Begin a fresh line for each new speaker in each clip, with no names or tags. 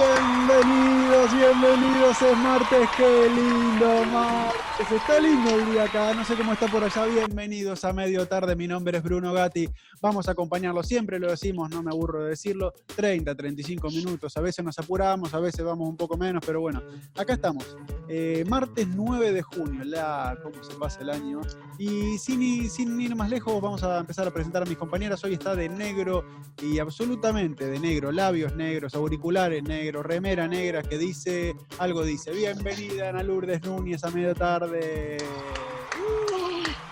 Bienvenidos, bienvenidos, es martes, qué lindo martes, está lindo el día acá, no sé cómo está por allá, bienvenidos a medio tarde, mi nombre es Bruno Gatti, vamos a acompañarlo, siempre lo decimos, no me aburro de decirlo, 30, 35 minutos, a veces nos apuramos, a veces vamos un poco menos, pero bueno, acá estamos, Eh, martes 9 de junio, la, cómo se pasa el año, y sin, i- sin ir más lejos, vamos a empezar a presentar a mis compañeras, hoy está de negro y absolutamente de negro, labios negros, auriculares negros, remera negra que dice, algo dice, bienvenida Ana Lourdes Núñez a media tarde.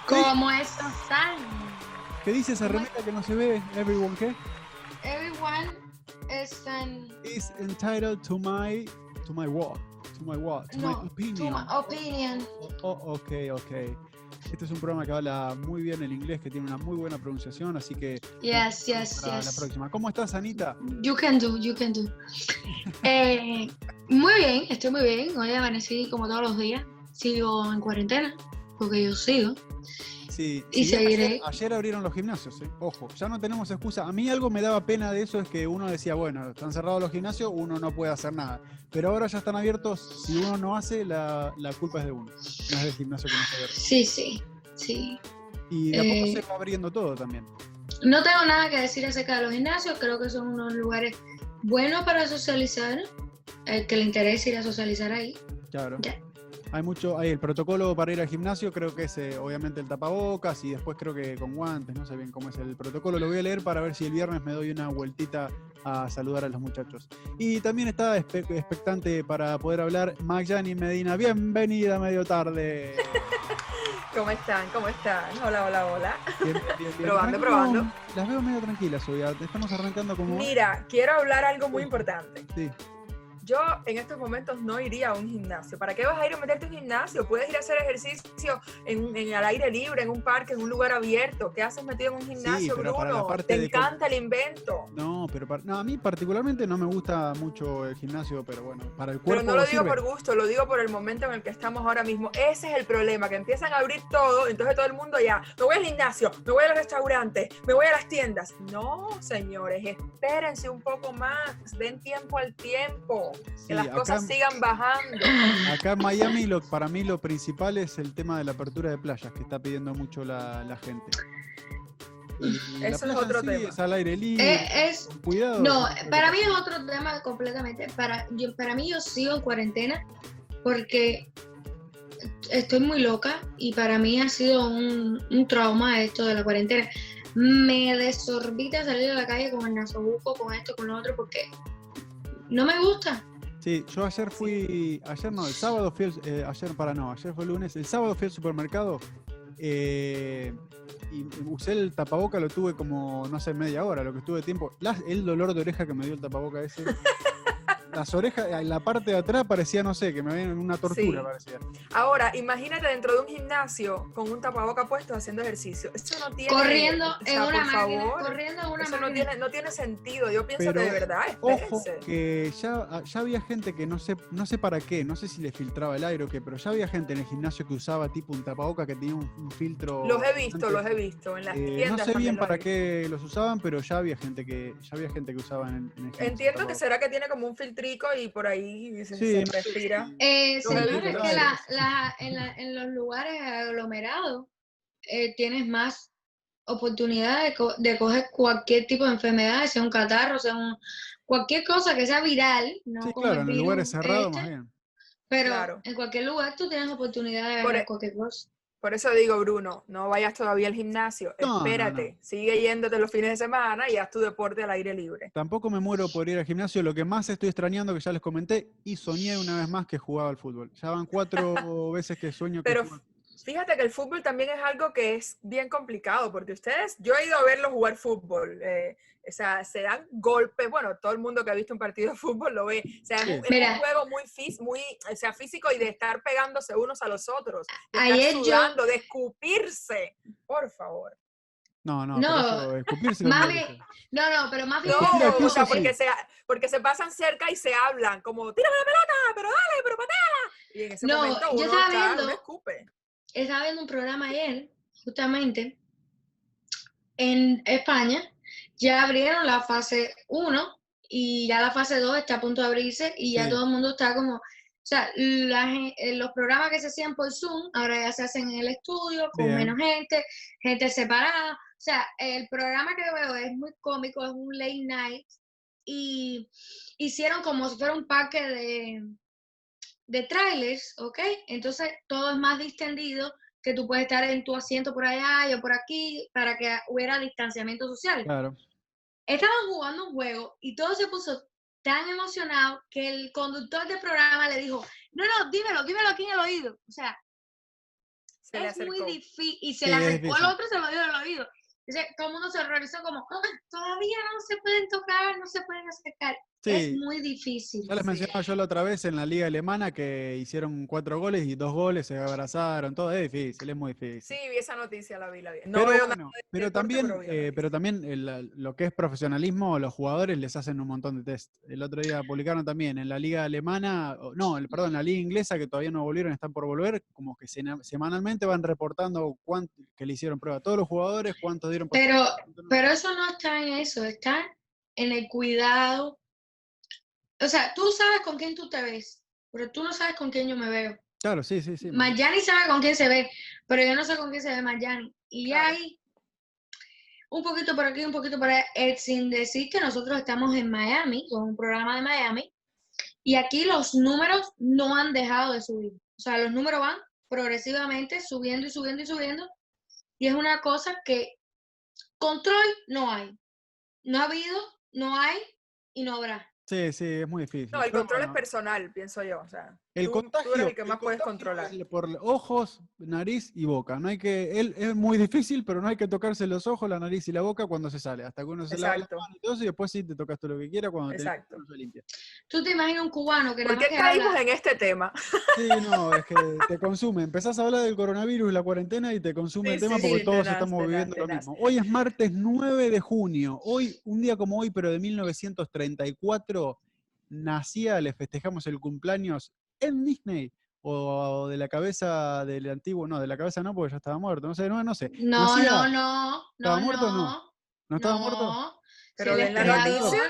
Como estos años.
¿Qué dice esa remera que no se ve? Everyone, ¿qué?
Everyone is an
Is entitled to my, to my what? To my what? To
No,
my
to
opinion.
my opinion.
Oh, ok, ok. Este es un programa que habla muy bien el inglés, que tiene una muy buena pronunciación, así que
Yes, yes,
para la
yes.
próxima. ¿Cómo estás, Anita?
You can do, you can do. Eh, muy bien, estoy muy bien. Hoy amanecí como todos los días. Sigo en cuarentena, porque yo sigo.
Sí,
Y
si bien
seguiré.
Ayer, ayer abrieron los gimnasios, ¿eh? ojo, ya no tenemos excusa. A mí algo me daba pena de eso es que uno decía, bueno, están cerrados los gimnasios, uno no puede hacer nada. Pero ahora ya están abiertos, si uno no hace, la, la culpa es de uno, no es del gimnasio que no está abierto.
Sí, sí, sí.
Y de a poco
Eh.
se va abriendo todo también.
No tengo nada que decir acerca de los gimnasios. Creo que son unos lugares buenos para socializar. El que le interese ir a socializar ahí.
Claro.
Ya.
Hay mucho, hay el protocolo para ir al gimnasio, creo que es eh, obviamente el tapabocas y después creo que con guantes, no sé bien cómo es el protocolo. Lo voy a leer para ver si el viernes me doy una vueltita a saludar a los muchachos. Y también está espe- expectante para poder hablar Magyani Medina. Bienvenida a medio tarde.
¿Cómo están? ¿Cómo están? Hola, hola, hola.
Bien, bien, bien, bien.
Probando,
Arrancamos-
probando.
Las veo medio tranquilas hoy, ah, estamos arrancando como...
Mira, quiero hablar algo muy importante.
Sí,
Yo en estos momentos no iría a un gimnasio. ¿Para qué vas a ir a meterte a un gimnasio? Puedes ir a hacer ejercicio en, un- en el aire libre, en un parque, en un lugar abierto. ¿Qué haces metido en un gimnasio,
pero para la
Bruno?
parte
Te
de com-
encanta el invento.
no, pero par- no, a mí particularmente no me gusta mucho el gimnasio, pero bueno, para el cuerpo
Pero no lo digo
sirve.
por gusto, lo digo por el momento en el que estamos ahora mismo. Ese es el problema, que empiezan a abrir todo, entonces todo el mundo ya, me voy al gimnasio, me voy a los restaurantes, me voy a las tiendas. No, señores, espérense un poco más, den tiempo al tiempo,
Sí,
que las
acá-
cosas sigan bajando.
Acá en Miami, lo, para mí lo principal es el tema de la apertura de playas, que está pidiendo mucho la, la gente. Y la
Eso es
playa en
otro
sí
tema.
Es al aire libre.
Eh, es
con cuidado.
No, para mí es otro tema completamente. Para, yo, para mí yo sigo en cuarentena porque estoy muy loca y para mí ha sido un, un trauma esto de la cuarentena. Me desorbita salir a la calle con el nasobuco, con esto, con lo otro, porque no me gusta.
Sí, yo ayer fui, ayer no, el sábado fui, al- eh, ayer para no, ayer fue lunes, el sábado fui al supermercado eh, y usé el tapaboca, lo tuve como, no sé, media hora, lo que estuve tiempo. Las- el dolor de oreja que me dio el tapaboca ese. Las orejas, en la parte de atrás parecía, no sé, que me ven una tortura,
Sí.
parecía.
Ahora, imagínate dentro de un gimnasio con un tapaboca puesto haciendo ejercicio. Eso no tiene...
Corriendo
o sea,
en una
por
máquina,
favor,
corriendo en una
Eso no
máquina.
tiene, no tiene sentido, yo pienso
Pero,
que de verdad,
Ojo
espérense.
que ya, ah, ya había gente que no sé, no sé para qué, no sé si le filtraba el aire o qué, pero ya había gente en el gimnasio que usaba tipo un tapaboca que tenía un, un filtro.
Los he visto, los he visto en las
Eh,
tiendas.
no sé
también
bien
los he
para
visto.
qué los usaban, pero ya había gente que, ya había gente que usaba en, en el gimnasio
Entiendo que
tapaboca.
será que tiene como un filtrico y por ahí se,
Sí,
se
no sé.
respira.
Eh,
Los
señor, es que
auriculares.
la- la- en, la- en los lugares aglomerados eh, tienes más oportunidad de, co- de coger cualquier tipo de enfermedad, sea un catarro, sea un, cualquier cosa que sea viral. No
Sí,
como
claro,
el
en el lugar
virus
cerrado
este,
más bien.
Pero
Claro.
en cualquier lugar tú tienes oportunidad de ver
Por e-
cualquier cosa.
Por eso digo, Bruno, no vayas todavía al gimnasio.
No, no,
Espérate, sigue yéndote los fines de semana y haz tu deporte al aire libre.
Tampoco me muero por ir al gimnasio, lo que más estoy extrañando, que ya les comenté, y soñé una vez más que jugaba al fútbol. Ya van cuatro veces que sueño que
Pero
juego-
Fíjate que el fútbol también es algo que es bien complicado, porque ustedes, yo he ido a verlos jugar fútbol. eh, o sea, se dan golpes. Bueno, todo el mundo que ha visto un partido de fútbol lo ve. O sea, es un- es un,
Mira.
juego muy, fis- muy o sea, físico y de estar pegándose unos a los otros. De estar
Ayer yo-
sudando, de escupirse. Por favor.
No, no,
No.
pero eso, escupirse no
Mami.
merece.
No, no, pero más bien.
No,
tira al
o
piso,
sea,
sí.
porque, se, porque se pasan cerca y se hablan, como, tírame la pelota, pero dale, pero pateala. Y en ese
No,
momento
yo
uno,
estaba
está,
viendo-
uno escupe.
estaba viendo un programa ayer, justamente, en España. Ya abrieron la fase 1 y ya la fase 2 está a punto de abrirse y ya
Sí.
todo el mundo está como... O sea, la gen- eh, los programas que se hacían por Zoom ahora ya se hacen en el estudio, con
Bien.
menos gente, gente separada. O sea, el programa que veo es muy cómico, es un late night y hicieron como si fuera un parque de, de trailers, ¿ok? Entonces todo es más distendido, que tú puedes estar en tu asiento por allá, yo por aquí, para que hubiera distanciamiento social.
Claro.
Estaban jugando un juego y todo se puso tan emocionado que el conductor del programa le dijo, no, no, dímelo, dímelo aquí en el oído. O sea,
Se le
es muy
acercó.
difícil. Y se
Sí,
le
es
acercó al
difícil.
otro, se lo dio en el oído. Entonces, todo el mundo se horrorizó como, "Ah, todavía no se pueden tocar, no se pueden acercar. Es
Sí,
muy difícil.
ya les mencionaba yo la otra vez en la liga alemana que hicieron cuatro goles y dos goles, se abrazaron, todo es difícil, es muy difícil.
Sí, vi esa noticia, la vi, la vi. No
pero,
veo nada. este
bueno, pero
deporte,
también,
pero bien,
eh,
Alex.
pero también el- la- lo que es profesionalismo, los jugadores les hacen un montón de test. El otro día publicaron también en la liga alemana, o- no, el- perdón, en la liga inglesa que todavía no volvieron, están por volver, como que sena- semanalmente van reportando cuánto, que le hicieron prueba a todos los jugadores, cuántos dieron
Pero,
positivo, cuántos no.
pero eso no está en eso, está en el cuidado. O sea, tú sabes con quién tú te ves, pero tú no sabes con quién yo me veo.
Claro, sí, sí, sí.
Mayani sabe con quién se ve, pero yo no sé con quién se ve Mayani. Y
Claro.
hay un poquito por aquí, un poquito por allá, eh, sin decir que nosotros estamos en Miami, con un programa de Miami, y aquí los números no han dejado de subir. O sea, los números van progresivamente subiendo y subiendo y subiendo, y es una cosa que control no hay. No ha habido, no hay y no habrá.
Sí, sí, es muy difícil.
No, el
Pero
control es
bueno,
personal, pienso yo. O sea,
El
tú,
contagio.
tú eres el que más puedes
contagio
controlar.
es Por ojos, nariz y boca. No hay que, él, es muy difícil, pero no hay que tocarse los ojos, la nariz y la boca cuando se sale. Hasta que uno se lava las
Exacto.
manos y todo eso, y después sí te tocas todo lo que quiera cuando tenés las
Exacto.
manos limpias.
Tú te imaginas un cubano que nada
¿Por
más
qué
que
caímos
habla-
en este tema?
Sí, no, es que te consume. Empezás a hablar del coronavirus, la cuarentena y te consume
Sí,
el tema
sí,
porque
sí,
todos
tenaz,
estamos
tenaz,
viviendo
tenaz.
lo mismo. Hoy es martes 9 de junio. Hoy, un día como hoy, pero de 1934, nacía, le festejamos el cumpleaños en Disney o de la cabeza del antiguo, no, de la cabeza no, porque ya estaba muerto. No sé, no, no sé.
No,
Lucía,
no, no, no,
¿estaba muerto o no?
no.
¿No estaba muerto?
Pero
si el
ven la
emperador
noticia.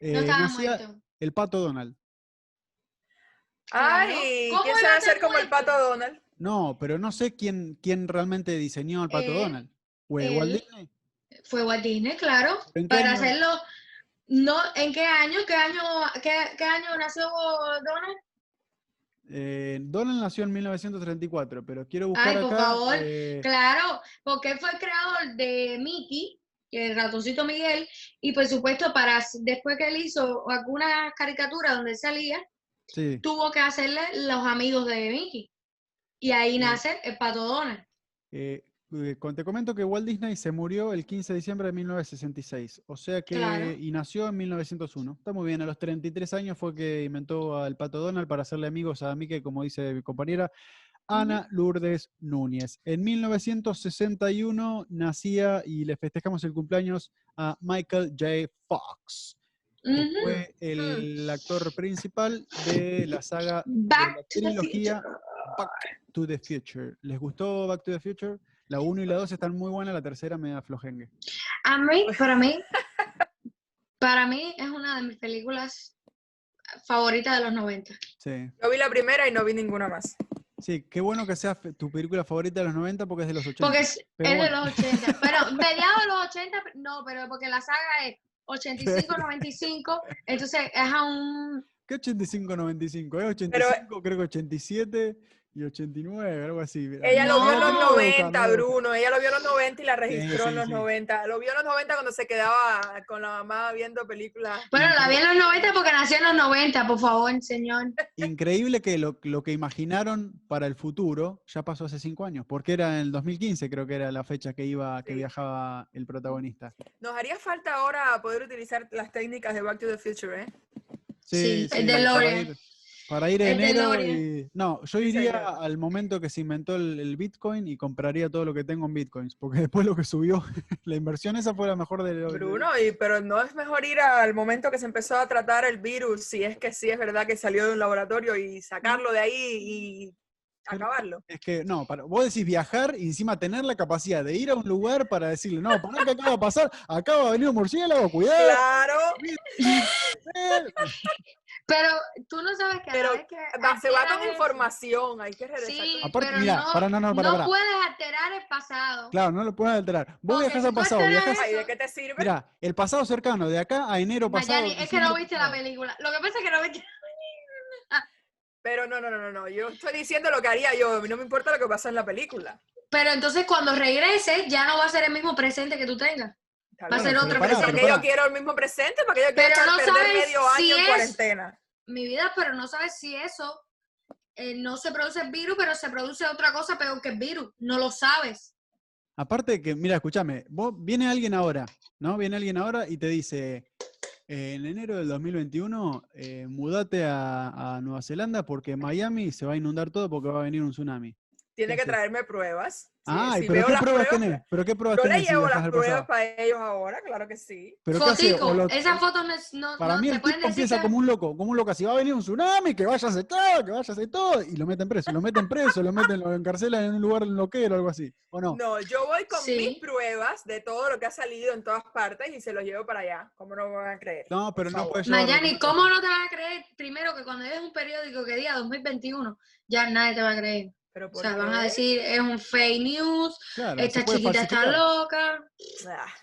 Eh,
No estaba
nacía
muerto.
el pato Donald.
Claro.
Ay,
¿Cómo
¿quién
iba
se
a
va a
estar
hacer como el
muerto?
pato Donald?
No, pero no sé quién, quién realmente diseñó al pato
Él,
Donald. ¿Fue Walt
él.
Disney?
Fue Walt Disney, claro.
¿En qué
Para
año?
hacerlo. No, ¿en qué año? ¿Qué año, qué, qué año nació Donald?
Eh, Donald nació en 1934, pero quiero buscar
Ay, por
acá.
favor,
eh,
Claro, porque él fue el creador de Mickey, el ratoncito Miguel, y por supuesto, para después que él hizo algunas caricaturas donde él salía,
sí.
tuvo que hacerle los amigos de Mickey. Y ahí
Sí.
nace el pato Donald.
Eh, eh, con- te comento que Walt Disney se murió el 15 de diciembre de 1966, o sea que
Claro.
y nació en 1901. Está muy bien, a los 33 años fue que inventó al pato Donald para hacerle amigos a Mickey, como dice mi compañera Ana Lourdes Núñez. En 1961 nacía y le festejamos el cumpleaños a Michael J. Fox, que
Ujú.
fue
Mm.
el actor principal de la saga
Back
la
to the
trilogía
future.
To the Future. ¿Les gustó Back to the Future? La 1 y la 2 están muy buenas, la tercera me da flojengue.
A mí,
Pues
para mí, para mí es una de mis películas favoritas de los 90.
Sí.
Yo vi la primera y no vi ninguna más.
sí, qué bueno que sea fe- tu película favorita de los 90 porque es de los 80.
Porque es,
pero
es de
bueno.
los 80. Pero mediados de los 80, no, pero porque la saga es 85, 95, entonces es a un...
¿Qué 85, 95? ¿Es
Pero-
85, creo que 87 y 89, algo así. Mira,
Ella lo vio en
No,
los
voy a buscar, lo voy
90,
a buscar.
Bruno. Ella lo vio en los 90 y la registró
sí,
en los
sí.
90. Lo vio en los 90 cuando se quedaba con la mamá viendo películas.
Bueno, la vi en los 90 porque nació en los 90, por favor, señor.
Increíble que lo, lo que imaginaron para el futuro ya pasó hace 5 años, porque era en el 2015 creo que era la fecha que iba, que
Sí.
viajaba el protagonista.
Nos haría falta ahora poder utilizar las técnicas de Back to the Future, ¿eh?
Sí, el
para
DeLorean.
ir- Para ir
El
en enero
DeLorean.
y... No, yo
Sí,
iría
señor.
al momento que se inventó el, el Bitcoin y compraría todo lo que tengo en Bitcoins, porque después lo que subió, la inversión esa fue la mejor de... lo- de-
Bruno, y, pero no es mejor ir al momento que se empezó a tratar el virus, si es que sí es verdad que salió de un laboratorio y sacarlo de ahí y
Pero-
acabarlo.
Es que, no, para, vos decís viajar y encima tener la capacidad de ir a un lugar para decirle, no, pará que acaba de pasar, acaba de venir un murciélago, cuidado.
Claro,
eh".
Pero tú no sabes que a la
Pero
vez que
va- se va
alteras
con
eso-
información, hay que regresar.
Sí,
con-
Aparte,
pero
mira,
no,
pará, no, no, pará,
no
pará.
puedes alterar el pasado.
Claro, no lo puedes alterar. Vos
Porque
viajás
si
al
tú
pasado,
alteras
viajás...
Ay,
eso-
¿de qué te sirve?
Ah, pues, Mira, el pasado cercano, de acá a enero pasado.
Mayani, es que no
diciembre
viste la
pasado.
película. Lo que pasa es que no viste.
Pero no, no, no, no, no, yo estoy diciendo lo que haría yo, a mí no me importa lo que pasa en la película.
Pero entonces cuando regreses ya no va a ser el mismo presente que tú tengas.
Está
Va a
bien,
ser
pero
otro
pará,
presente.
porque
pero
yo
pará.
quiero el mismo presente, porque yo quiero
Pero
echar a
no
perder
sabes
medio año
si
en
es-
cuarentena.
Mi vida, pero no sabes si eso eh, no se produce el virus, pero se produce otra cosa peor que el virus. No lo sabes.
Aparte que, mira, escúchame, vos viene alguien ahora, ¿no? Viene alguien ahora y te dice, eh, en enero del 2021, eh, mudate a, a Nueva Zelanda porque Miami se va a inundar todo porque va a venir un tsunami.
Tiene que
Sí.
traerme pruebas. Sí,
Ay,
si
pero
veo
¿qué
las
pruebas,
pruebas,
tenés? ¿Pero qué pruebas
Yo le
tenés? si
llevo
viajás
las
al pasado?
pruebas para ellos ahora, claro que sí.
¿Pero qué hace?
Fotico.
O lo-
Esas fotos no, es- no,
Para
no
mí
te
el
pueden
tipo
decir
empieza
que-
como un loco, como un loco así, va a venir un tsunami, que vaya a hacer todo, que vaya a hacer todo, y lo meten preso, lo meten preso, lo meten, lo encarcelan en un lugar loquero o algo así, ¿o no?
No, yo voy con mis
Sí.
pruebas de todo lo que ha salido en todas partes y se los llevo para allá. ¿Cómo no me van a creer?
No, pero no
Por favor.
puede llevar...
Mayani, ¿cómo no te vas a creer? Primero que cuando lees un periódico que diga 2021, ya nadie te va a creer.
Pero
O
por
sea, van a
qué?
decir, es un fake news,
Claro, se
esta
puede
chiquita está
falsificar.
loca.
Ah,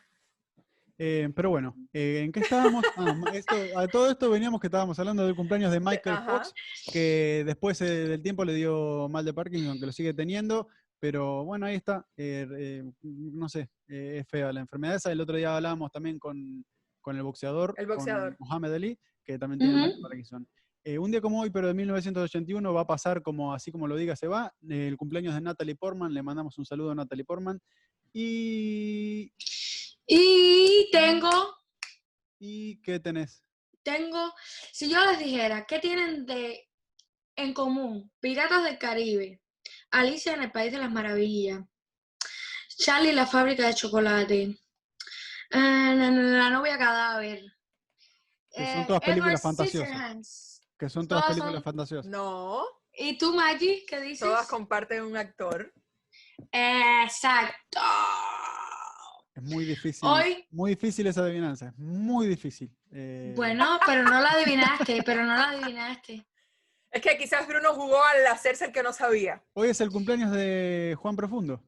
Eh, pero bueno, eh, ¿en qué estábamos? Ah, ma- esto- a todo esto veníamos que estábamos hablando del cumpleaños de Michael
ajá.
Fox, que después eh, del tiempo le dio mal de Parkinson, que lo sigue teniendo, pero bueno, ahí está. eh, eh, no sé, eh, es fea la enfermedad esa. El otro día hablábamos también con, con el boxeador,
El
con
boxeador.
Mohamed Ali, que también tiene mal de
Ujú.
Parkinson. Eh, un día como hoy, pero de 1981, va a pasar como así como lo diga, se va, eh, el cumpleaños de Natalie Portman. Le mandamos un saludo a Natalie Portman. Y,
Y tengo,
¿Y qué tenés?
tengo, si yo les dijera, ¿qué tienen de en común? Piratas del Caribe, Alicia en el País de las Maravillas, Charlie y la fábrica de chocolate, eh, la, la novia cadáver. eh,
Que son todas películas fantasiosas.
fantasiosas.
Que son todas
Todas
películas
son-
fantasiosas.
No,
¿Y tú, Maggie, qué dices?
todas comparten un actor.
Exacto.
Es muy difícil.
Hoy
Muy difícil esa adivinanza. Es muy difícil. Eh,
Bueno, pero no la adivinaste, pero no la adivinaste.
Es que quizás Bruno jugó al hacerse el que no sabía.
Hoy es el cumpleaños de Juan Profundo.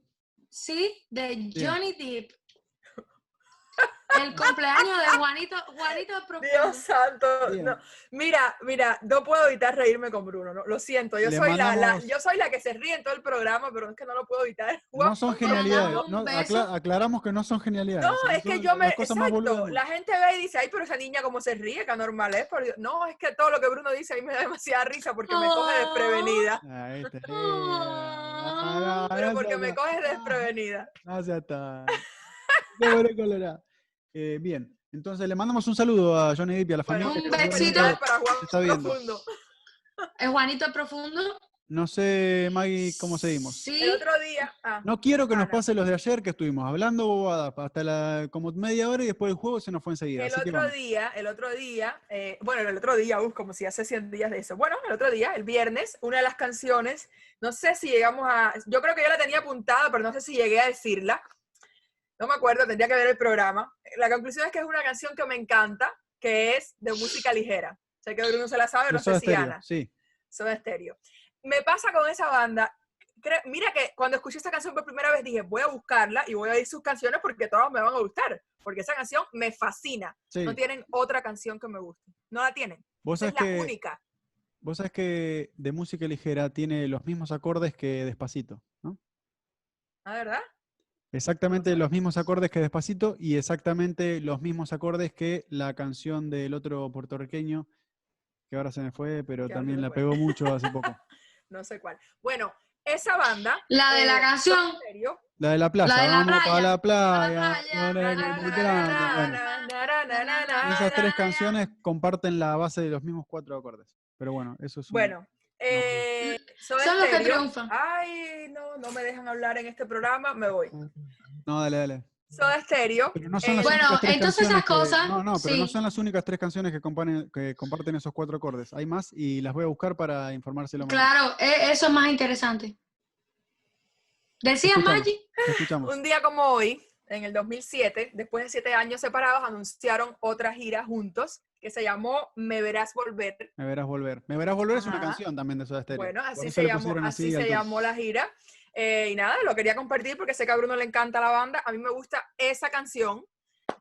Sí, de Johnny Depp. El cumpleaños de Juanito, Juanito el Profundo.
Dios santo.
Bien.
no. Mira, mira, no puedo evitar reírme con Bruno. no, Lo siento, yo
Le
soy la, la-
mandamos-
yo soy la que se ríe en todo el programa, pero es que no lo puedo evitar.
No son genialidades.
mandamos un
no, acla-
beso.
aclaramos que no son genialidades.
No,
son-
es que
son
yo me.
las cosas más boludas
Exacto.
del
La gente ve y dice, ay, pero esa niña como se ríe, que normal es. por Dios". No, es que todo lo que Bruno dice a mí me da demasiada risa porque me coge
Oh.
desprevenida.
mundo. Ahí está. este,
Ah,
eh, Ah,
Pero
ya
porque me
está.
coge desprevenida.
Ah, ya está. Pobre cólera. Eh, bien, entonces le mandamos un saludo a Johnny Depp y a la
Bueno,
familia.
Un
que seguramente
besito.
felicidades para Juan
está viendo.
Profundo.
El Juanito el Profundo.
No sé, Maggie, cómo seguimos.
Sí.
El otro día. ah,
No quiero que nos
Ana.
pase los de ayer que estuvimos hablando bobadas hasta la, como media hora y después el juego se nos fue enseguida.
El
así que
otro
vamos.
día, el otro día, eh, bueno, el otro día, uf, como si hace 100 días de eso. Bueno, el otro día, el viernes, una de las canciones, no sé si llegamos a, yo creo que yo la tenía apuntada, pero no sé si llegué a decirla. No me acuerdo, tendría que ver el programa. La conclusión es que es una canción que me encanta, que es de música ligera. Sé que Bruno se la sabe,
De
no sé
Soda
si
Stereo,
Ana.
Sí.
Soda Stereo. Me pasa con esa banda. cre- Mira que cuando escuché esta canción por primera vez dije, voy a buscarla y voy a oír sus canciones porque todas me van a gustar. Porque esa canción me fascina.
sí.
No tienen otra canción que me guste. No la tienen.
Vos
Esa
sabés
es la
que
única.
Vos sabés que de música ligera tiene los mismos acordes que Despacito, ¿no?
¿Ah, verdad?
Exactamente los mismos acordes que Despacito y exactamente los mismos acordes que la canción del otro puertorriqueño, que ahora se me fue, pero
Que ahora se
también
me
la
fue.
pegó mucho hace poco.
No sé cuál. Bueno, esa banda.
La de la
eh,
canción.
¿en serio?
La de la playa,
de la
vamos para
playa,
la playa.
playa,
con el
na, na,
buquete
na,
grande.
na,
Bueno,
na,
na, na, na, na, na,
esas
na,
tres
na.
canciones comparten la base de los mismos cuatro acordes. Pero bueno, eso es un-
Bueno, eh, Soda
Son los que
Stereo.
triunfan.
Ay, no, no me dejan hablar en este programa, me voy.
No, dale, dale.
Soda Stereo.
Pero no son
Eh,
las
Bueno,
únicas tres
entonces
canciones
esas
que-
cosas,
no, no, pero no
sí.
son las únicas tres canciones que comparten, que comparten esos cuatro acordes. Hay más y las voy a buscar para informárselo más.
Claro, e- eso es más interesante. ¿Decías,
Escúchame.
Maggi?
Te escuchamos.
Un día como hoy, en el 2007, después de siete años separados, anunciaron otra gira juntos que se llamó Me Verás Volver.
Me verás volver. Me verás volver es una
Ajá.
canción también de Soda Stereo.
Bueno,
Por
así
eso
se
le
llamó,
pusieron
así
al
se
tema.
llamó la gira. Eh, y nada, lo quería compartir porque sé que a Bruno le encanta la banda. A mí me gusta esa canción.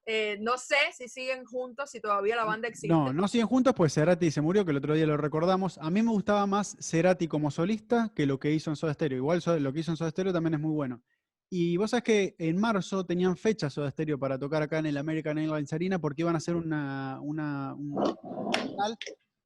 Eh, no sé si siguen juntos, si todavía la banda existe.
Mm, No, no siguen juntos, pues Cerati se murió, que el otro día lo recordamos. A mí me gustaba más Cerati como solista que lo que hizo en Soda Stereo. Igual Soda- lo que hizo en Soda Stereo también es muy bueno. Y vos sabés que en marzo tenían fecha Soda Stereo para tocar acá en el American Airlines Arena porque iban a hacer una, una, un-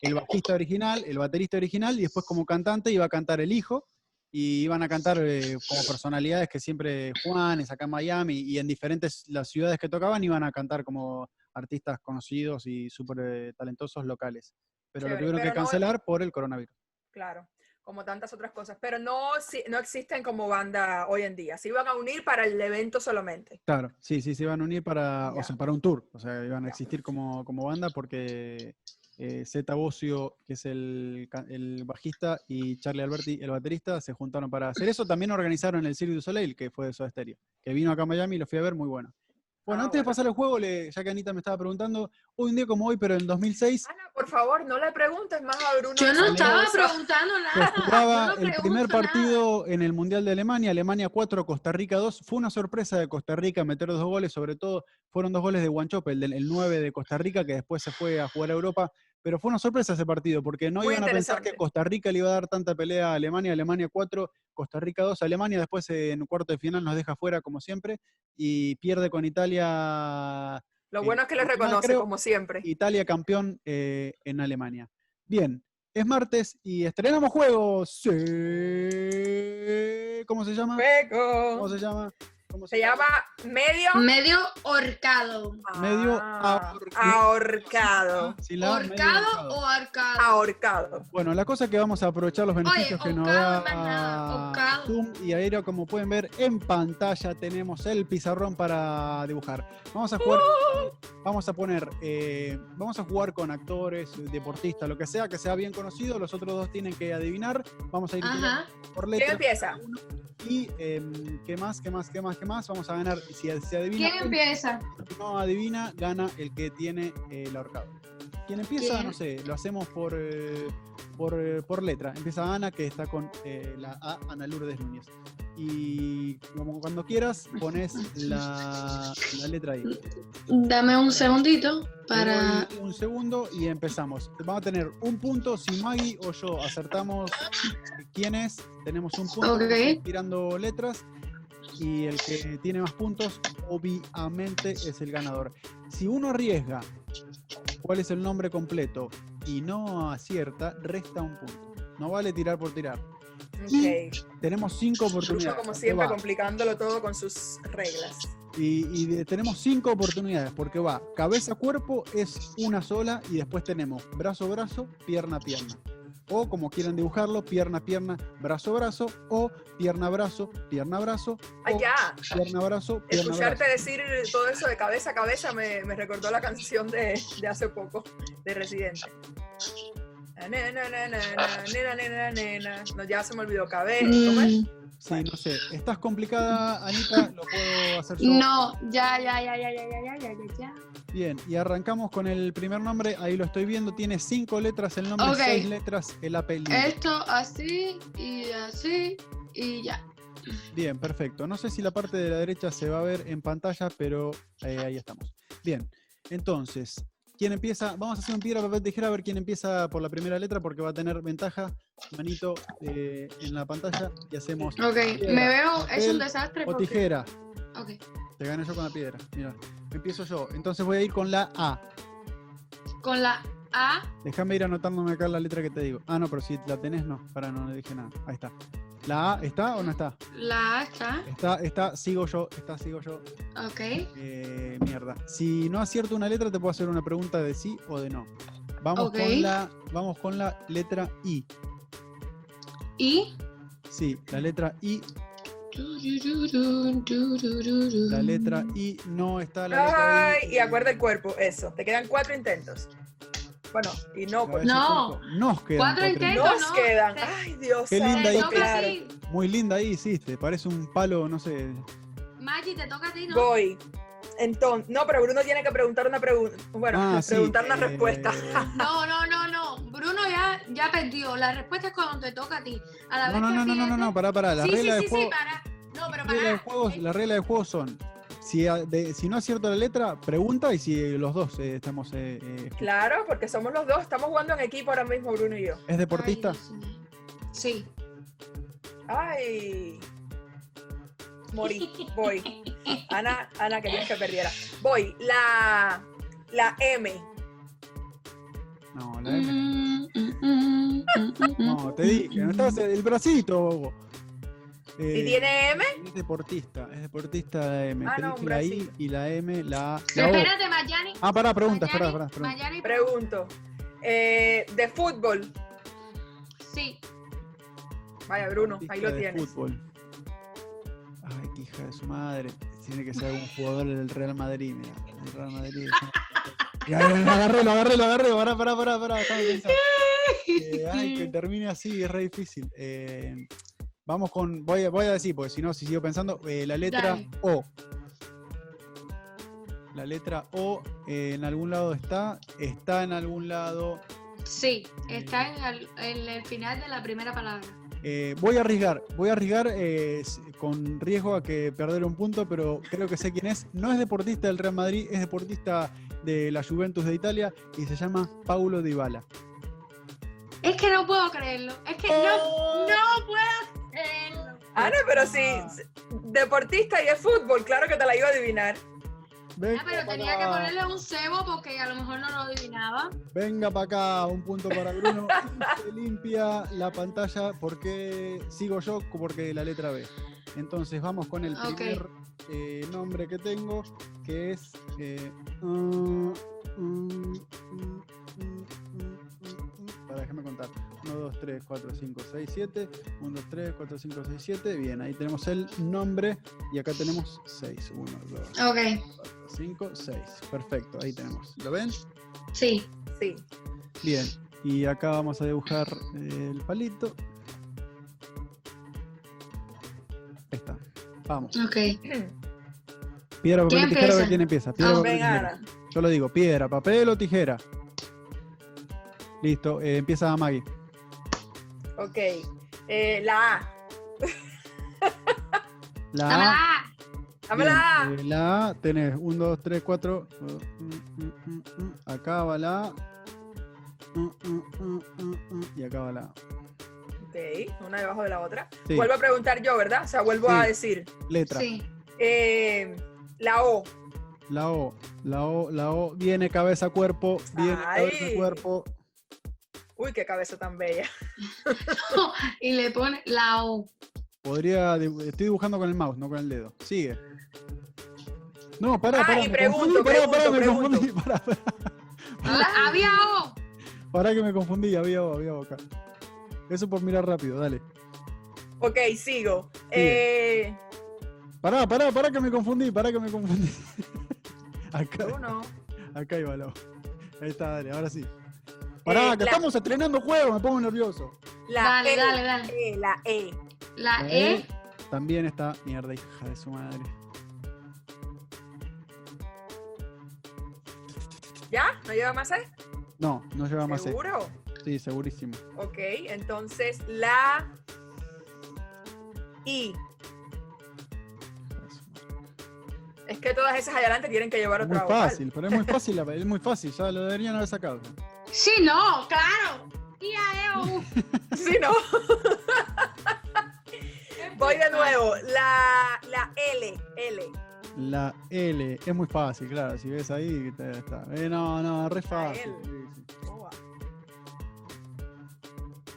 el bajista original, el baterista original y después como cantante iba a cantar el hijo y iban a cantar eh, como personalidades que siempre Juanes acá en Miami y en diferentes las ciudades que tocaban iban a cantar como artistas conocidos y súper eh, talentosos locales. Pero lo
Chévere,
tuvieron que
pero no-
cancelar por el coronavirus.
Claro, como tantas otras cosas. Pero no, si- no existen como banda hoy en día. Se iban a unir para el evento solamente.
Claro, sí, sí, se iban a unir para, o
Ya.
sea, para un tour. O sea, iban a
Ya.
existir como, como banda porque eh, Zeta Bocio, que es el, ca- el bajista, y Charlie Alberti, el baterista, se juntaron para hacer eso. También organizaron el Cirque du Soleil, que fue de Soda Stereo, que vino acá a Miami y lo fui a ver, muy bueno. Bueno,
Ah,
antes de
bueno.
pasar al juego, le- ya que Anita me estaba preguntando, hoy un día como hoy, pero en 2006,
Ana, por favor, no le preguntes más a Bruno.
Yo no
esas
estaba
cosas.
preguntando nada. yo
jugaba
no
Pues el primer
pregunto nada.
partido en el Mundial de Alemania, Alemania 4, Costa Rica 2. Fue una sorpresa de Costa Rica meter dos goles, sobre todo fueron dos goles de Guanchope, el, del- el 9 de Costa Rica, que después se fue a jugar a Europa. Pero fue una sorpresa ese partido, porque no
Muy
iban a pensar que
interesante.
Costa Rica le iba a dar tanta pelea a Alemania, Alemania 4, Costa Rica 2. Alemania después eh, en cuarto de final nos deja fuera, como siempre, y pierde con Italia
Lo bueno es que le
Al final
reconoce,
creo-
como siempre.
Italia campeón eh, en Alemania. Bien, es martes y estrenamos juegos. Sí. ¿Cómo se llama? ¿Cómo se llama? ¿Cómo
Se llama medio.
Medio horcado.
Medio
Ah,
ahorcado.
ahorcado.
Sin Ah, la A, medio
¿Horcado
ahorcado.
o arcado?
Ahorcado.
Bueno, la cosa es que vamos a aprovechar los beneficios que nos
ahorcado, más nada,
da
ahorcado.
Zoom y Aero, como pueden ver en pantalla tenemos el pizarrón para dibujar. Vamos a jugar, vamos a poner, eh, vamos a jugar con actores, deportistas, lo que sea, que sea bien conocido. Los otros dos tienen que adivinar. Vamos a ir
Ajá.
por
¿Quién
letra.
empieza?
Y em, qué más, qué más, qué más, qué más. Vamos a ganar. Si se adivina,
¿Quién
uno,
empieza?
no adivina, gana el que tiene eh, el ahorcado. Quien empieza,
¿Quién?
no sé, lo hacemos por, eh, por, eh, por letra. Empieza Ana, que está con eh, la A, Ana Lourdes Núñez. Y como cuando quieras, pones la, la letra ahí.
Dame un segundito
Te
para.
doy Un segundo y empezamos. Vamos a tener un punto si Maggie o yo acertamos quién es. Tenemos un punto
Ok.
vamos tirando letras y el que tiene más puntos obviamente es el ganador. Si uno arriesga cuál es el nombre completo y no acierta, resta un punto. No vale tirar por tirar.
Ok.
Tenemos cinco
Bruno,
oportunidades.
como
Ahí
siempre,
va.
complicándolo todo con sus reglas.
Y, y de- tenemos cinco oportunidades, porque va, cabeza-cuerpo es una sola y después tenemos brazo-brazo, pierna-pierna. O como quieran dibujarlo, pierna-pierna, brazo-brazo, o pierna-brazo, pierna-brazo, o
Allá.
pierna-brazo, pierna-brazo.
Ah, Escucharte decir todo eso de cabeza a cabeza me, me recordó la canción de, de hace poco, de Residente. Na, na, na, na, na, na, na, na, na, na. No, ya se me olvidó cabeza. ¿cómo es?
Mm,
Sí, no sé, estás complicada, Anita, lo puedo hacer yo.
No, ya, ya, ya, ya, ya, ya, ya, ya, ya, ya.
Bien, y arrancamos con el primer nombre, ahí lo estoy viendo, tiene cinco letras el nombre,
Ok.
seis letras el apellido.
Esto así y así y ya.
Bien, perfecto. No sé si la parte de la derecha se va a ver en pantalla, pero eh, ahí estamos. Bien, entonces, ¿quién empieza? Vamos a hacer un piedra, papel, tijera, a ver quién empieza por la primera letra, porque va a tener ventaja, manito, eh, en la pantalla, y hacemos...
Ok, me veo, es un desastre.
O
porque-
tijera,
Ok.
te gané yo con la piedra, mira. Empiezo yo, entonces voy a ir con la A.
Con la A,
Déjame ir anotándome acá la letra que te digo. Ah, no, pero si la tenés, no, para, no le dije nada. Ahí está. ¿La A está o no está?
la A está.
Está, está, sigo yo, está, sigo yo.
Ok.
Eh, mierda. Si no acierto una letra, te puedo hacer una pregunta de sí o de no. Vamos,
Ok.
con la, vamos con la letra I.
Y.
Sí, la letra I. La letra I no está la letra I.
Ay, y acuerda el cuerpo, eso. Te quedan cuatro intentos. Bueno, y no,
A ver
pues.
si
No.
cuerpo- Nos quedan.
Cuatro intentos.
Nos
no,
quedan.
te-
Ay, Dios.
Qué
santo,
linda
Te
ahí,
toca a
claro.
ti.
Muy linda ahí hiciste. Parece un palo, no sé.
Maggi, te toca a ti, ¿no?
Voy. Entonces, no, pero Bruno tiene que preguntar una pregunta. Bueno,
Ah, sí,
preguntar una
eh,
respuesta.
No, no, no, no. Bruno ya, ya perdió. La respuesta es cuando te toca a ti. A la
No,
vez
no,
que
no, no, no, no, no,
pierdes-
pará, pará. La
sí, sí,
regla
sí,
de juego.
sí, para. No, pero
La regla de
para.
juegos, la regla de juego son, si, a- de- si no acierto la letra, pregunta y si los dos eh, estamos... eh, eh,
Claro, porque somos los dos. Estamos jugando en equipo ahora mismo, Bruno y yo.
¿Es deportista?
Ay, Dios mío. Sí.
Ay. Morí. Voy. Ana, Ana, querías que perdiera. Voy. La, la M.
No, la M.
Mm, mm, mm, mm, mm,
No, te dije, no estás el bracito, bobo. Eh,
¿Y tiene M?
Es deportista, es deportista la M.
Ah,
Te
no,
dije
un
la I
bracito.
y la M, la A.
mm.
la O.
Espérate, Mayani.
Ah, pará, pregunta,
Mayani,
pará, pará. pregunta.
Mayani,
Pregunto. Eh, de fútbol.
sí.
Vaya, Bruno, ahí
Deportista
lo
de
tienes.
Fútbol. Ay, qué hija de su madre. Tiene que ser un jugador del Real Madrid, mira. El Real Madrid. Ya, ya, ya, lo agarré, lo agarré, lo agarré. Pará, pará, pará, pará. estaba pensando. Eh, ay, que termine así es re difícil. Eh, vamos con. Voy a, voy a decir, porque si no, si sigo pensando, eh, la letra
Dale.
O. La letra O eh, en algún lado está. Está en algún lado.
Sí, está en el, en el final de la primera palabra.
Eh, voy a arriesgar, voy a arriesgar eh, s- con riesgo a que perder un punto, pero creo que sé quién es. No es deportista del Real Madrid, es deportista de la Juventus de Italia y se llama Paulo Dybala.
Es que no puedo creerlo. Es que Eh, no, no puedo creerlo.
Ana, pero si
Ah.
deportista y de fútbol, claro que te la iba a adivinar.
Venga
Ah, pero
pa'
tenía que
acá,
ponerle un cebo porque a lo mejor no lo adivinaba.
Venga para acá, un punto para Bruno. se limpia la pantalla porque sigo yo, porque la letra B. Entonces vamos con el
Ok.
primer eh, nombre que tengo, que es. eh, mm, mm, mm, mm, mm, mm. Pará, déjame contar. 1, 2, 3, 4, 5, 6, 7. 1, 2, 3, 4, 5, 6, 7. Bien, ahí tenemos el nombre y acá tenemos 6. 1, 2,
Ok,
4, 5, 6. Perfecto, ahí tenemos. ¿Lo ven?
sí.
Sí.
Bien, y acá vamos a dibujar eh, el palito. Ahí está. Vamos.
Ok.
Piedra, papel o tijera,
¿Quién
a ver
empieza?
quién empieza. Piedra,
Ah,
papel, o
Venga,
tijera.
Ana.
Yo lo digo, piedra, papel o tijera. Listo, eh, empieza Maggie.
Ok. Eh, la A.
Dame
La A.
la A.
Dame
Bien,
la A.
eh, la A tenés 1, 2, 3, 4. uh, Acá va la A. Mm, mm, mm, mm, mm, Y acá va la A.
Ok, una debajo de la otra.
Sí,
Vuelvo a preguntar yo, ¿verdad? O sea, vuelvo
Sí.
a decir.
letra.
Sí.
Eh, la O.
La O, la O, la O, viene cabeza cuerpo, viene
Ay.
cabeza cuerpo.
Uy, qué cabeza tan bella.
Y le pone la O.
Podría, dibu- estoy dibujando con el mouse, no con el dedo. Sigue. No, pará,
Ah,
pará.
y
me
pregunto,
confundí, pará, pará,
pregunto,
me confundí, pará, pará,
La- había O.
pará que me confundí, había, O, había boca. Eso por mirar rápido, dale.
Ok, sigo. Eh,
Pará, pará, pará que me confundí, pará que me confundí. acá,
Bruno.
acá iba la O. Ahí está, dale, ahora sí. Pará,
Eh,
que
la-
estamos estrenando juegos, me pongo nervioso.
La
Dale,
E.
dale, dale.
Eh, la E.
La
Eh,
E.
También está mierda, hija de su madre.
¿Ya? ¿No lleva más E?
No, no lleva más E.
¿Seguro?
Sí, segurísimo.
Ok, entonces la I. Es que todas esas adelante tienen que llevar
Muy
otra vocal.
fácil, pero es muy fácil, la- es muy fácil, ya lo deberían haber sacado.
Sí, no, claro. I, A, E, O, U.
Sí, ¿no? Voy de nuevo. La, la L. L.
La L, es muy fácil, claro, si ves ahí te- está. Eh, no, no, re fácil.
L.
sí, sí.
Boba.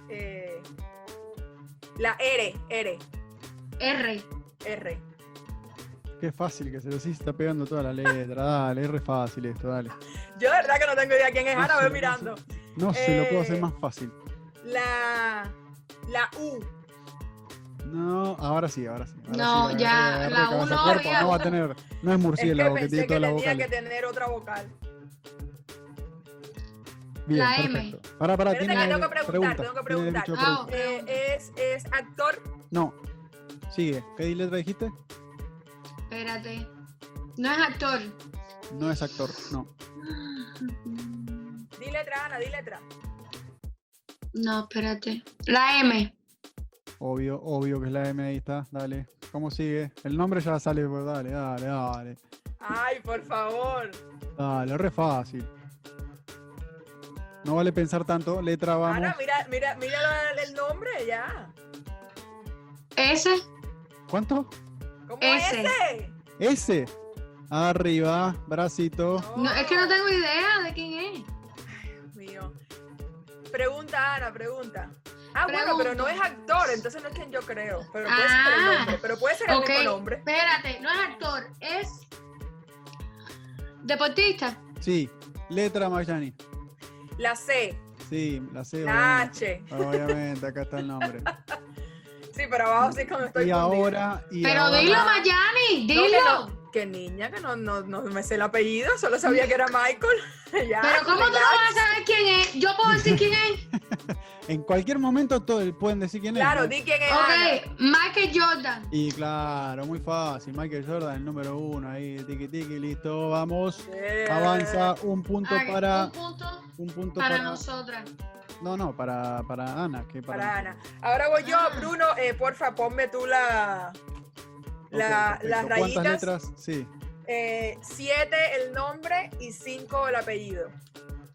Eh, la R. R.
R.
R.
Qué fácil que se los hiciste, está pegando toda la letra, dale, es re fácil esto, dale.
Yo de verdad que no tengo idea quién es.
No
Ahora
sé,
voy
no
mirando.
sé. No se lo puedo
Eh.
hacer más fácil.
La, la U.
No, ahora sí, ahora sí. ahora
No,
sí,
ya,
agarré
la
cabeza
uno
a cuerpo,
había-
No va a tener, no es
Es que
murciélago que, tiene toda
pensé que
la
tenía
vocal. Ah,
que tener otra vocal.
Bien,
La M.
perfecto. Pará, pará,
Espérate
tiene
que tengo que preguntar,
pregunta,
tengo que
tiene derecho a
preguntar.
Ah,
pregunta.
Eh, es, es actor.
No, sigue. ¿Qué letra dijiste?
Espérate. No es actor.
No es actor, no.
Di letra, Ana, di letra.
No, espérate. La M.
Obvio, obvio que es la M, ahí está, dale. ¿Cómo sigue? El nombre ya sale, pues dale, dale, dale.
Ay, por favor.
Dale, re fácil. No vale pensar tanto, letra vamos.
Ana, mira, mira, mira lo- el, nombre ya.
S.
¿Cuánto?
¿Cómo
Ese.
ese?
S. Arriba, bracito.
No, es que no tengo idea de quién es.
Dios mío. Pregunta, Ana, pregunta. Ah, bueno,
Pregunta.
pero no es actor, entonces no es quien yo creo. Pero puede ser el
Ah.
nombre. Pero puede ser el
Ok.
mismo nombre.
Espérate, no es actor, es deportista.
Sí, letra Mayani.
La C,
Sí, la C.
la
obviamente.
H.
Obviamente, acá está el nombre.
Sí, pero abajo sí como estoy
Y
fundida.
ahora. Y
Pero
ahora-
dilo, Mayani,
No, que
dilo.
no, que niña, que no, no, no me sé el apellido, solo sabía que era Michael. Ya,
Pero ¿cómo tú no
relax.
vas a saber quién es? Yo puedo decir quién es.
En cualquier momento todo, pueden decir quién es.
Claro,
¿no?
di quién es. Ana.
Ok, Michael Jordan.
Y claro, muy fácil. Michael Jordan, el número uno ahí, tiki tiki, listo, vamos.
Yeah.
Avanza
Eh,
un punto
Ah,
para.
Un punto
Un punto
para
para.
nosotras.
No, no, para, para Ana. Que para,
Para Ana. Ahora voy yo,
Ah.
Bruno, eh, porfa, ponme tú la,
Ok,
la-
perfecto.
las
¿Cuántas
rayitas.
letras? Sí.
eh, siete el nombre y cinco el apellido.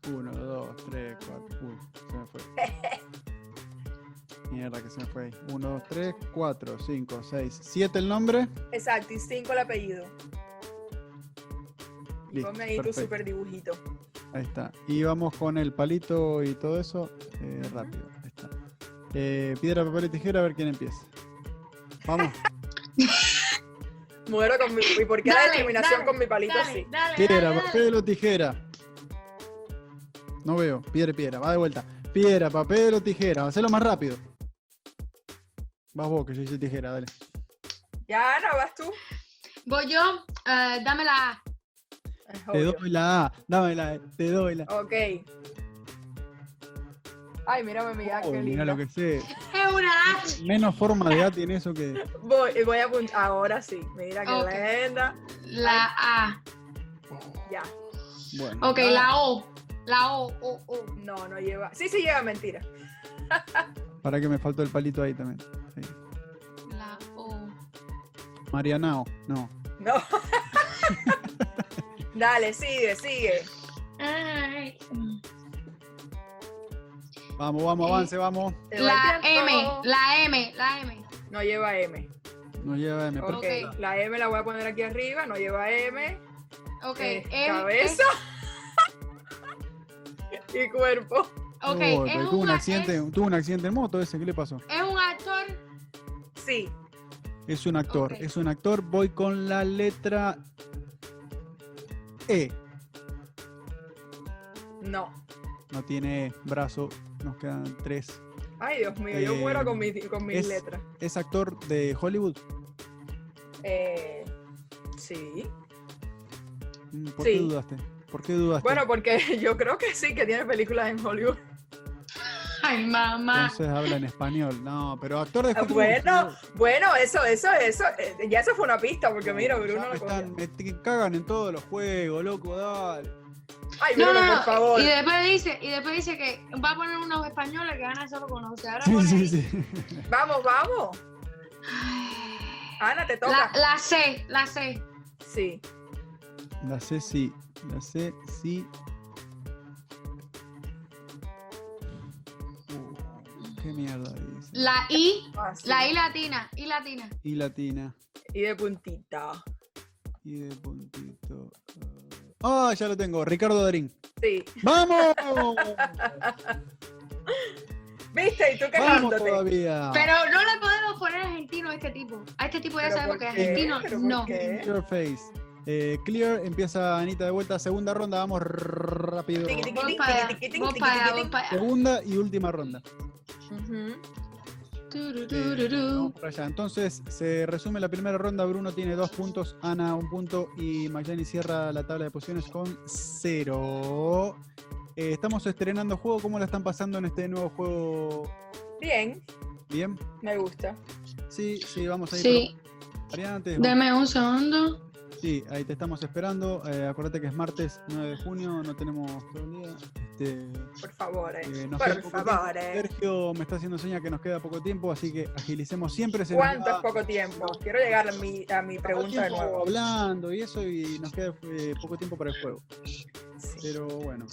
Uno, dos, tres, cuatro. Uy, se me fue. Mierda que se me fue ahí. Uno, dos, tres, cuatro, cinco, seis, siete el nombre.
Exacto, y cinco el apellido. Y
Listo,
ponme ahí tu
perfecto.
super dibujito.
Ahí está. Y vamos con el palito y todo eso. eh,
Ujú.
Rápido. Ahí está. Eh, piedra, papel y tijera, a ver quién empieza. Vamos.
Muero con mi. ¿Y por qué la
Dale,
discriminación
dale,
con mi palito
dale,
así?
Dale, dale,
Piedra,
dale.
papel o tijera. No veo. Piedra, piedra. Va de vuelta. Piedra, papel o tijera. Hacelo más rápido. Vas vos, que yo hice tijera, dale.
Ya, Ana, vas tú.
Voy yo, eh, dame la A.
Es
Te
obvio.
doy la A. Dame la E. Te doy la
Ok. Ay, mírame, mira,
Ah,
Oh,
qué
mira
linda.
lo que sé.
Es una H.
Menos forma de A tiene eso que.
Voy, voy a apuntar. Ahora sí, mira qué
Ok.
linda.
La A.
Ya.
Bueno.
Ok,
Ah.
la O. La O, O, O.
No, no lleva. Sí, sí lleva mentira.
Para que me faltó el palito ahí también. Sí.
La O.
Marianao. No.
No. Dale, sigue, sigue.
Ay.
Vamos, vamos,
Sí.
avance, vamos.
Te va
La
el
M,
tiempo.
la M, la M.
No lleva M.
Nos lleva M.
Ok,
Ok.
la M la voy a poner aquí arriba, no lleva M.
Ok,
Eh,
M,
cabeza
eh.
y cuerpo.
es- ok,
Oh,
es,
pero tuvo,
un,
un
a-
accidente,
es-
tuvo un accidente en moto ese, ¿qué le pasó?
es un actor.
Sí.
Es un actor,
Ok.
es un actor. Voy con la letra E.
No.
No tiene E, brazo, nos quedan tres.
Ay, Dios mío, yo muero
Eh,
con, mi- con mis
es-
letras.
Es actor de Hollywood.
Eh, sí.
Mm, ¿Por
Sí.
qué dudaste? ¿Por qué dudaste?
Bueno, porque yo creo que sí, que tiene películas en Hollywood.
Ay, mamá.
Entonces habla en español. No, pero actor de
Ah,
Hollywood.
bueno,
boludo.
bueno, eso, eso, eso. eh, ya eso fue una pista, porque mira,
Ya
Bruno
me
lo
están,
cogió.
me te- cagan en todos los juegos, loco, dale.
Ay,
No,
Bruno,
no,
por
no.
favor.
Y después dice, y después dice que va a poner unos españoles que Ana solo conoce. Ahora
Sí,
pone
sí,
ahí-
sí.
Vamos, vamos.
Ay.
Ana, te toca.
La, la C, la C.
Sí.
La C sí. La C sí. Uh, qué mierda dice.
La I,
Fácil.
la I latina, I latina.
Y latina.
Y de puntita.
Y de puntito. Ah, ya lo tengo. Ricardo Darín.
Sí.
¡Vamos!
¿Viste? Y tú
¡Vamos
quejándote.
todavía!
Pero no le podemos poner argentino a este tipo. A este tipo ya
¿Pero
sabemos
por
que es
qué?
argentino.
¿Pero por
No.
qué?
In your face. Eh, clear, empieza Anita de vuelta, segunda ronda, vamos rápido.
Tiqui, tiqui.
Voy para allá, voy para allá, voy para allá.
Segunda y última ronda.
Ujú.
Eh, vamos
Turururú.
por allá. Entonces, se resume la primera ronda. Bruno tiene dos puntos, Ana un punto y Mayani cierra la tabla de posiciones con cero. Eh, estamos estrenando juego. ¿Cómo la están pasando en este nuevo juego?
Bien,
¿Bien?
me gusta.
Sí, sí, vamos a ir
Sí,
por variantes.
deme un segundo.
Sí, ahí te estamos esperando. Eh, acuérdate que es martes 9 de junio, no tenemos todo el día. Este,
Por favor, eh.
Eh, nos queda
Por
poco
favor, eh.
Sergio me está haciendo seña que nos queda poco tiempo, así que agilicemos siempre. se nos
¿Cuánto
va-
es poco tiempo? Quiero llegar a mi, a mi pregunta de
tiempo
nuevo.
Hablando y eso, y nos queda eh, poco tiempo para el juego.
Sí.
Pero bueno.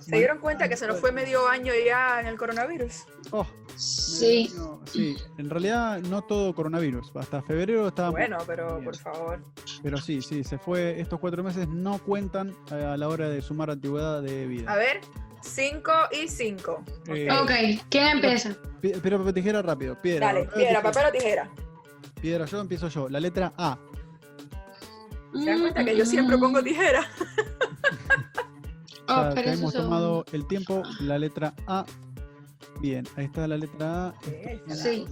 ¿Se dieron cuenta que se nos fue medio año ya en el coronavirus?
Oh,
Sí,
medio- sí, en realidad no todo coronavirus. Hasta febrero estábamos.
Bueno, pero
bien.
por favor.
Pero sí, sí, se fue. Estos cuatro meses no cuentan eh, a la hora de sumar antigüedad de vida.
A ver, 5 y 5.
Eh,
ok, ¿quién empieza?
Pi- Piedra, papel, tijera, rápido. Piedra,
Dale,
papel,
piedra,
tijera.
papel o tijera.
Piedra, yo empiezo yo. La letra A.
¿Se dan cuenta que yo siempre
Mm.
pongo tijera?
Oh,
Ya
espera un
hemos tomado
segundo.
el tiempo, la letra A. Bien, ahí está la letra A.
Sí.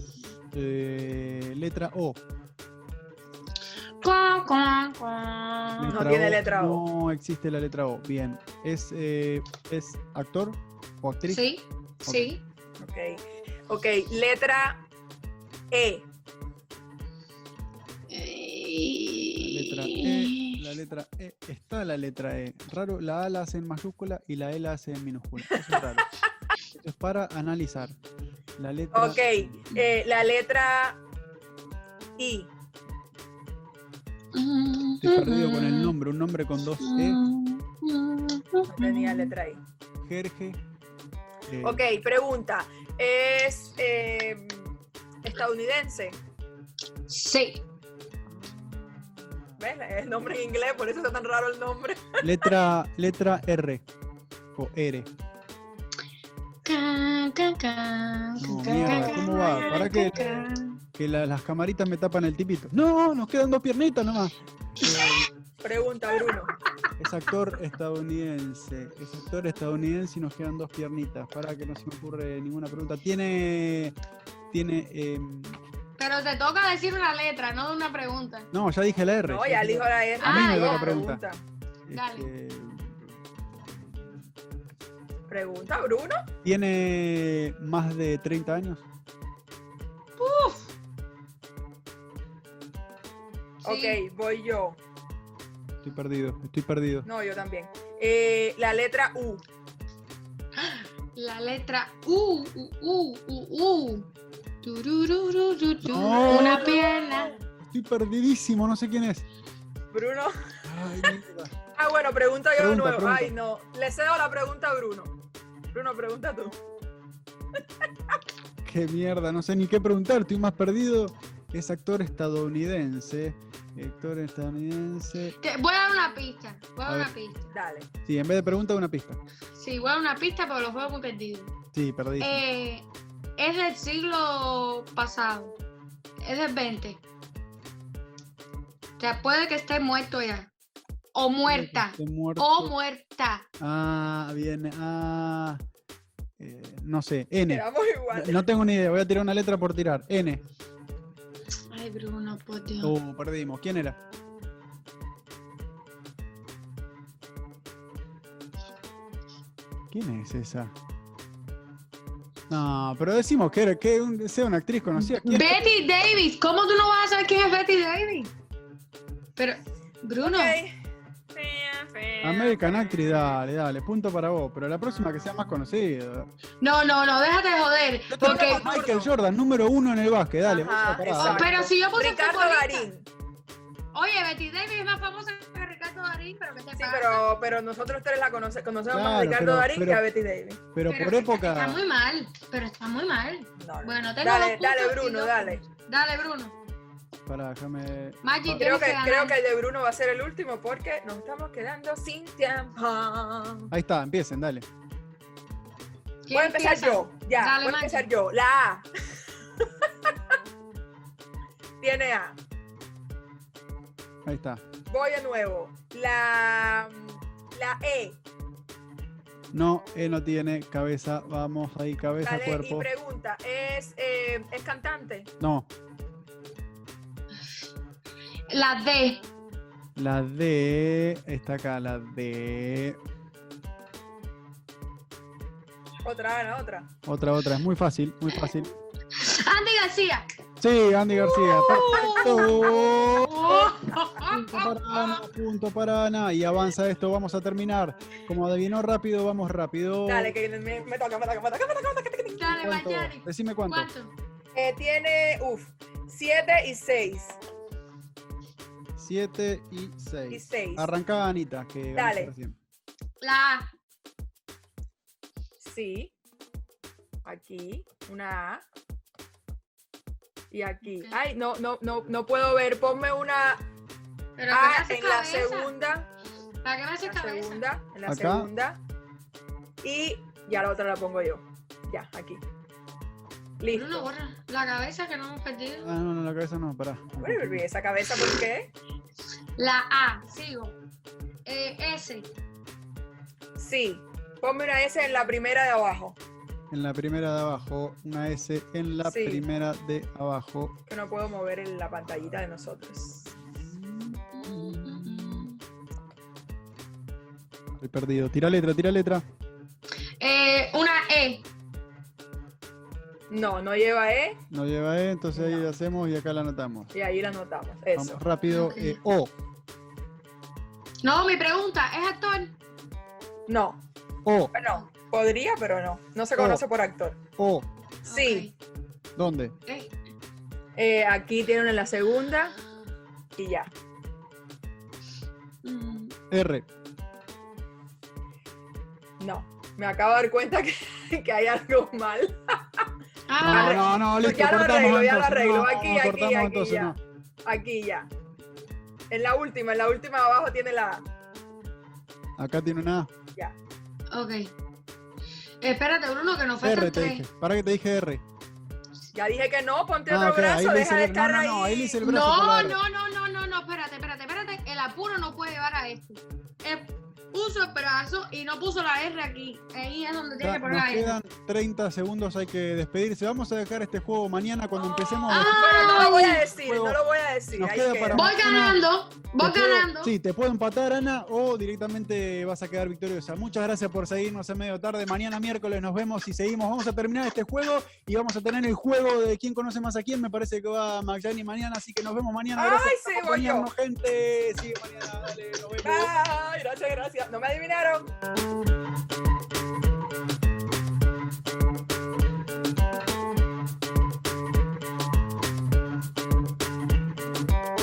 Eh, letra O.
Cuá, cuá, cuá.
No tiene letra O.
No existe la letra O. Bien. ¿Es, eh, ¿es actor o actriz?
Sí, sí.
Ok. Ok, letra E.
Letra E, la letra E. Está la letra E. Raro, la A la hace en mayúscula y la E la hace en minúscula. Eso es raro. Eso es para analizar. La letra E.
Ok, eh, la letra I.
Estoy perdido con el nombre. Un nombre con dos E.
Mm.
No tenía letra I.
Jerge. eh,
Ok, pregunta. ¿Es eh, estadounidense?
Sí.
¿Ves? El nombre en inglés, por eso está tan raro el nombre.
Letra, letra R. O R.
Ca, ca, ca,
No,
ca,
mierda,
ca,
¿cómo va?
ca,
¿Para qué?
ca.
Que la- las camaritas me tapan el tipito. No, nos quedan dos piernitas nomás. Eh,
Pregunta, Bruno.
es actor estadounidense. Es actor estadounidense y nos quedan dos piernitas. Para que no se me ocurre ninguna pregunta. Tiene. Tiene. eh,
Pero te toca decir una letra, no una pregunta.
no, ya dije la R.
No, ya
dije
elijo
la-
la R.
A mí me
Ah,
dio la
ya.
pregunta.
dale.
Este,
Pregunta, Bruno.
Tiene más de 30 años.
Sí.
Ok, voy yo.
Estoy perdido, estoy perdido.
No, yo también. Eh, la letra U.
La letra U, U, U, U, U. Turururururu.
No.
Una pierna.
Estoy perdidísimo, no sé quién es.
Bruno.
Ay, mierda.
Ah, bueno, pregunta yo
Pregunta,
de nuevo.
pregunta.
Ay, no. Le cedo la pregunta a Bruno. Bruno, pregunta tú.
Qué mierda, no sé ni qué preguntar, estoy más perdido. Es actor estadounidense. Actor estadounidense.
Te- voy a dar una pista. Voy a
A
dar
ver.
una pista.
Dale.
Sí, en vez de pregunta, una pista.
Sí, voy a dar una pista, pero los veo muy perdidos.
Sí, perdí.
Eh, es del siglo pasado. Es del 20. O sea, puede que esté muerto ya. O muerta.
Estoy muerto.
O muerta.
ah, bien. Ah. Eh, no sé, N.
Quedamos igual.
No tengo ni idea, voy a tirar una letra por tirar. N.
Ay, Bruno, por Dios.
Oh, perdimos. ¿Quién era? ¿Quién es esa? No, pero decimos que, era- que un- sea una actriz conocida. ¿Quién es?
Betty Davis. ¿Cómo tú no vas a saber quién es Betty Davis? Pero, Bruno.
American Actress,
Actress
dale, dale, punto para vos, pero la próxima que sea más conocida.
No, no, no, déjate de joder. Porque. Oh,
Ok.
Michael Jordan, número uno en el básquet, dale,
Ajá,
vos, pará,
exacto.
dale.
Pero si yo puse
Ricardo
futbolista.
Garín.
Oye, Betty Davis es más famosa que Ricardo Darín, pero que te
Sí,
pasa?
pero, pero nosotros tres la conoce- conocemos más
Claro,
a Ricardo
pero-
Darín
pero-
que a Betty Davis.
pero,
Pero
por
está- Está
época,
muy mal, pero está muy mal.
No, no.
Bueno, tengo
Dale,
dos
dale,
puntos y
Bruno,
dos
dale.
puntos. Dale, Bruno.
pará, déjame.
Maggi,
Ah,
Creo
tienes
que,
ganar.
creo que el de Bruno va a ser el último porque nos estamos quedando sin tiempo.
Ahí está, empiecen, dale.
¿Quién
Voy a empezar
empieza?
yo. Ya,
Dale,
voy a
Maggi.
empezar yo. La A. Tiene A.
Ahí está.
Voy de nuevo. La, la E.
No, él no tiene cabeza. Vamos ahí, cabeza,
Vale, y
cuerpo.
pregunta, ¿es, eh, ¿es cantante?
No,
La D.
la D está acá, la D.
Otra, Ana, otra.
Otra, otra. Es muy fácil, muy fácil.
Andy García.
Sí, Andy García.
Uh.
Perfecto.
Oh,
Punto Oh. para Ana,
Vamos
punto para Ana. Y avanza esto, vamos a terminar. Como adivinó rápido, vamos rápido.
Dale, que me, me toca, me toca, me toca, me toca. me toca.
Dale,
¿Cuánto?
Bayari.
Decime cuánto.
¿Cuánto?
Eh, tiene, uff, 7 y 6.
7 y
Y
6.
6.
Arranca Anita, que ganó
Dale.
recién.
La A.
Sí. Aquí, una A. Y aquí.
Ok.
Ay, no, no, no, no puedo ver. Ponme una
¿Pero para qué me
A
haces
Ah, en la
cabeza?
segunda.
¿Para qué me
En
haces
la
cabeza?
segunda. En la
Acá.
segunda. Y ya la otra la pongo yo. Ya, aquí. Listo.
Bruno, borra la cabeza que no hemos perdido.
Ah, no, no, la cabeza no, pará.
Bueno, pero ¿y esa cabeza, ¿por qué?
La A, sigo. Eh, S.
Sí. Ponme una S en la primera de abajo.
En la primera de abajo, una S en la
Sí.
primera de abajo.
Que no puedo mover en la pantallita de nosotros.
Estoy perdido. Tira letra, tira letra.
Eh, una E.
No, no lleva E
No lleva E, entonces ahí
No.
la hacemos y acá la anotamos.
y ahí la anotamos. Eso.
Vamos rápido.
Ok.
eh, o,
No, mi pregunta, ¿es actor?
No,
O,
Bueno, podría, pero no. No se
Oh.
conoce por actor.
O.
Sí,
¿Dónde?
Ok. Eh, ah,
eh, aquí tienen la segunda y ya.
mm,
R.
No, me acabo de dar cuenta que, que hay algo mal.
No,
Ah,
no, no,
Pues
listo.
ya lo
cortamos
arreglo, ya lo
entonces.
arreglo.
No, no,
Aquí,
no,
aquí,
cortamos
aquí,
entonces,
ya.
no.
Aquí ya. En la última, en la última de abajo tiene la A.
Acá tiene una A.
ok. Espérate, Bruno, que nos
R
faltan
te
tres.
dije. Para que te dije R.
Ya dije que no, ponte
Ah,
otro
ok, ahí
brazo,
le
deja de
hice- no,
estar
no,
ahí.
no, ahí le hice el brazo con la
No,
R.
no, no, no, no, no, espérate, espérate, espérate. El apuro no puede llevar a esto. Eh, puso el brazo y no puso la R aquí. Ahí es donde tiene
Ya,
que poner
nos
la R.
quedan 30 segundos, hay que despedirse. Vamos a dejar este juego mañana cuando empecemos.
Ah,
Bueno, no lo voy a
Ay,
decir,
juego.
no lo voy a decir.
Nos
ahí
queda
queda.
para-
Voy
Una-
ganando, voy
Te puedo-
ganando.
Sí, te puedo empatar, Ana, o directamente vas a quedar victoriosa. Muchas gracias por seguirnos en medio tarde. Mañana miércoles nos vemos y seguimos. Vamos a terminar este juego y vamos a tener el juego de quién conoce más a quién. Me parece que va Magdalena mañana, así que nos vemos mañana. Gracias
Ay,
por
sí, voy yo.
acompañarnos, gente. Sí, mañana, dale, nos vemos.
Ay, gracias, gracias. No me adivinaron.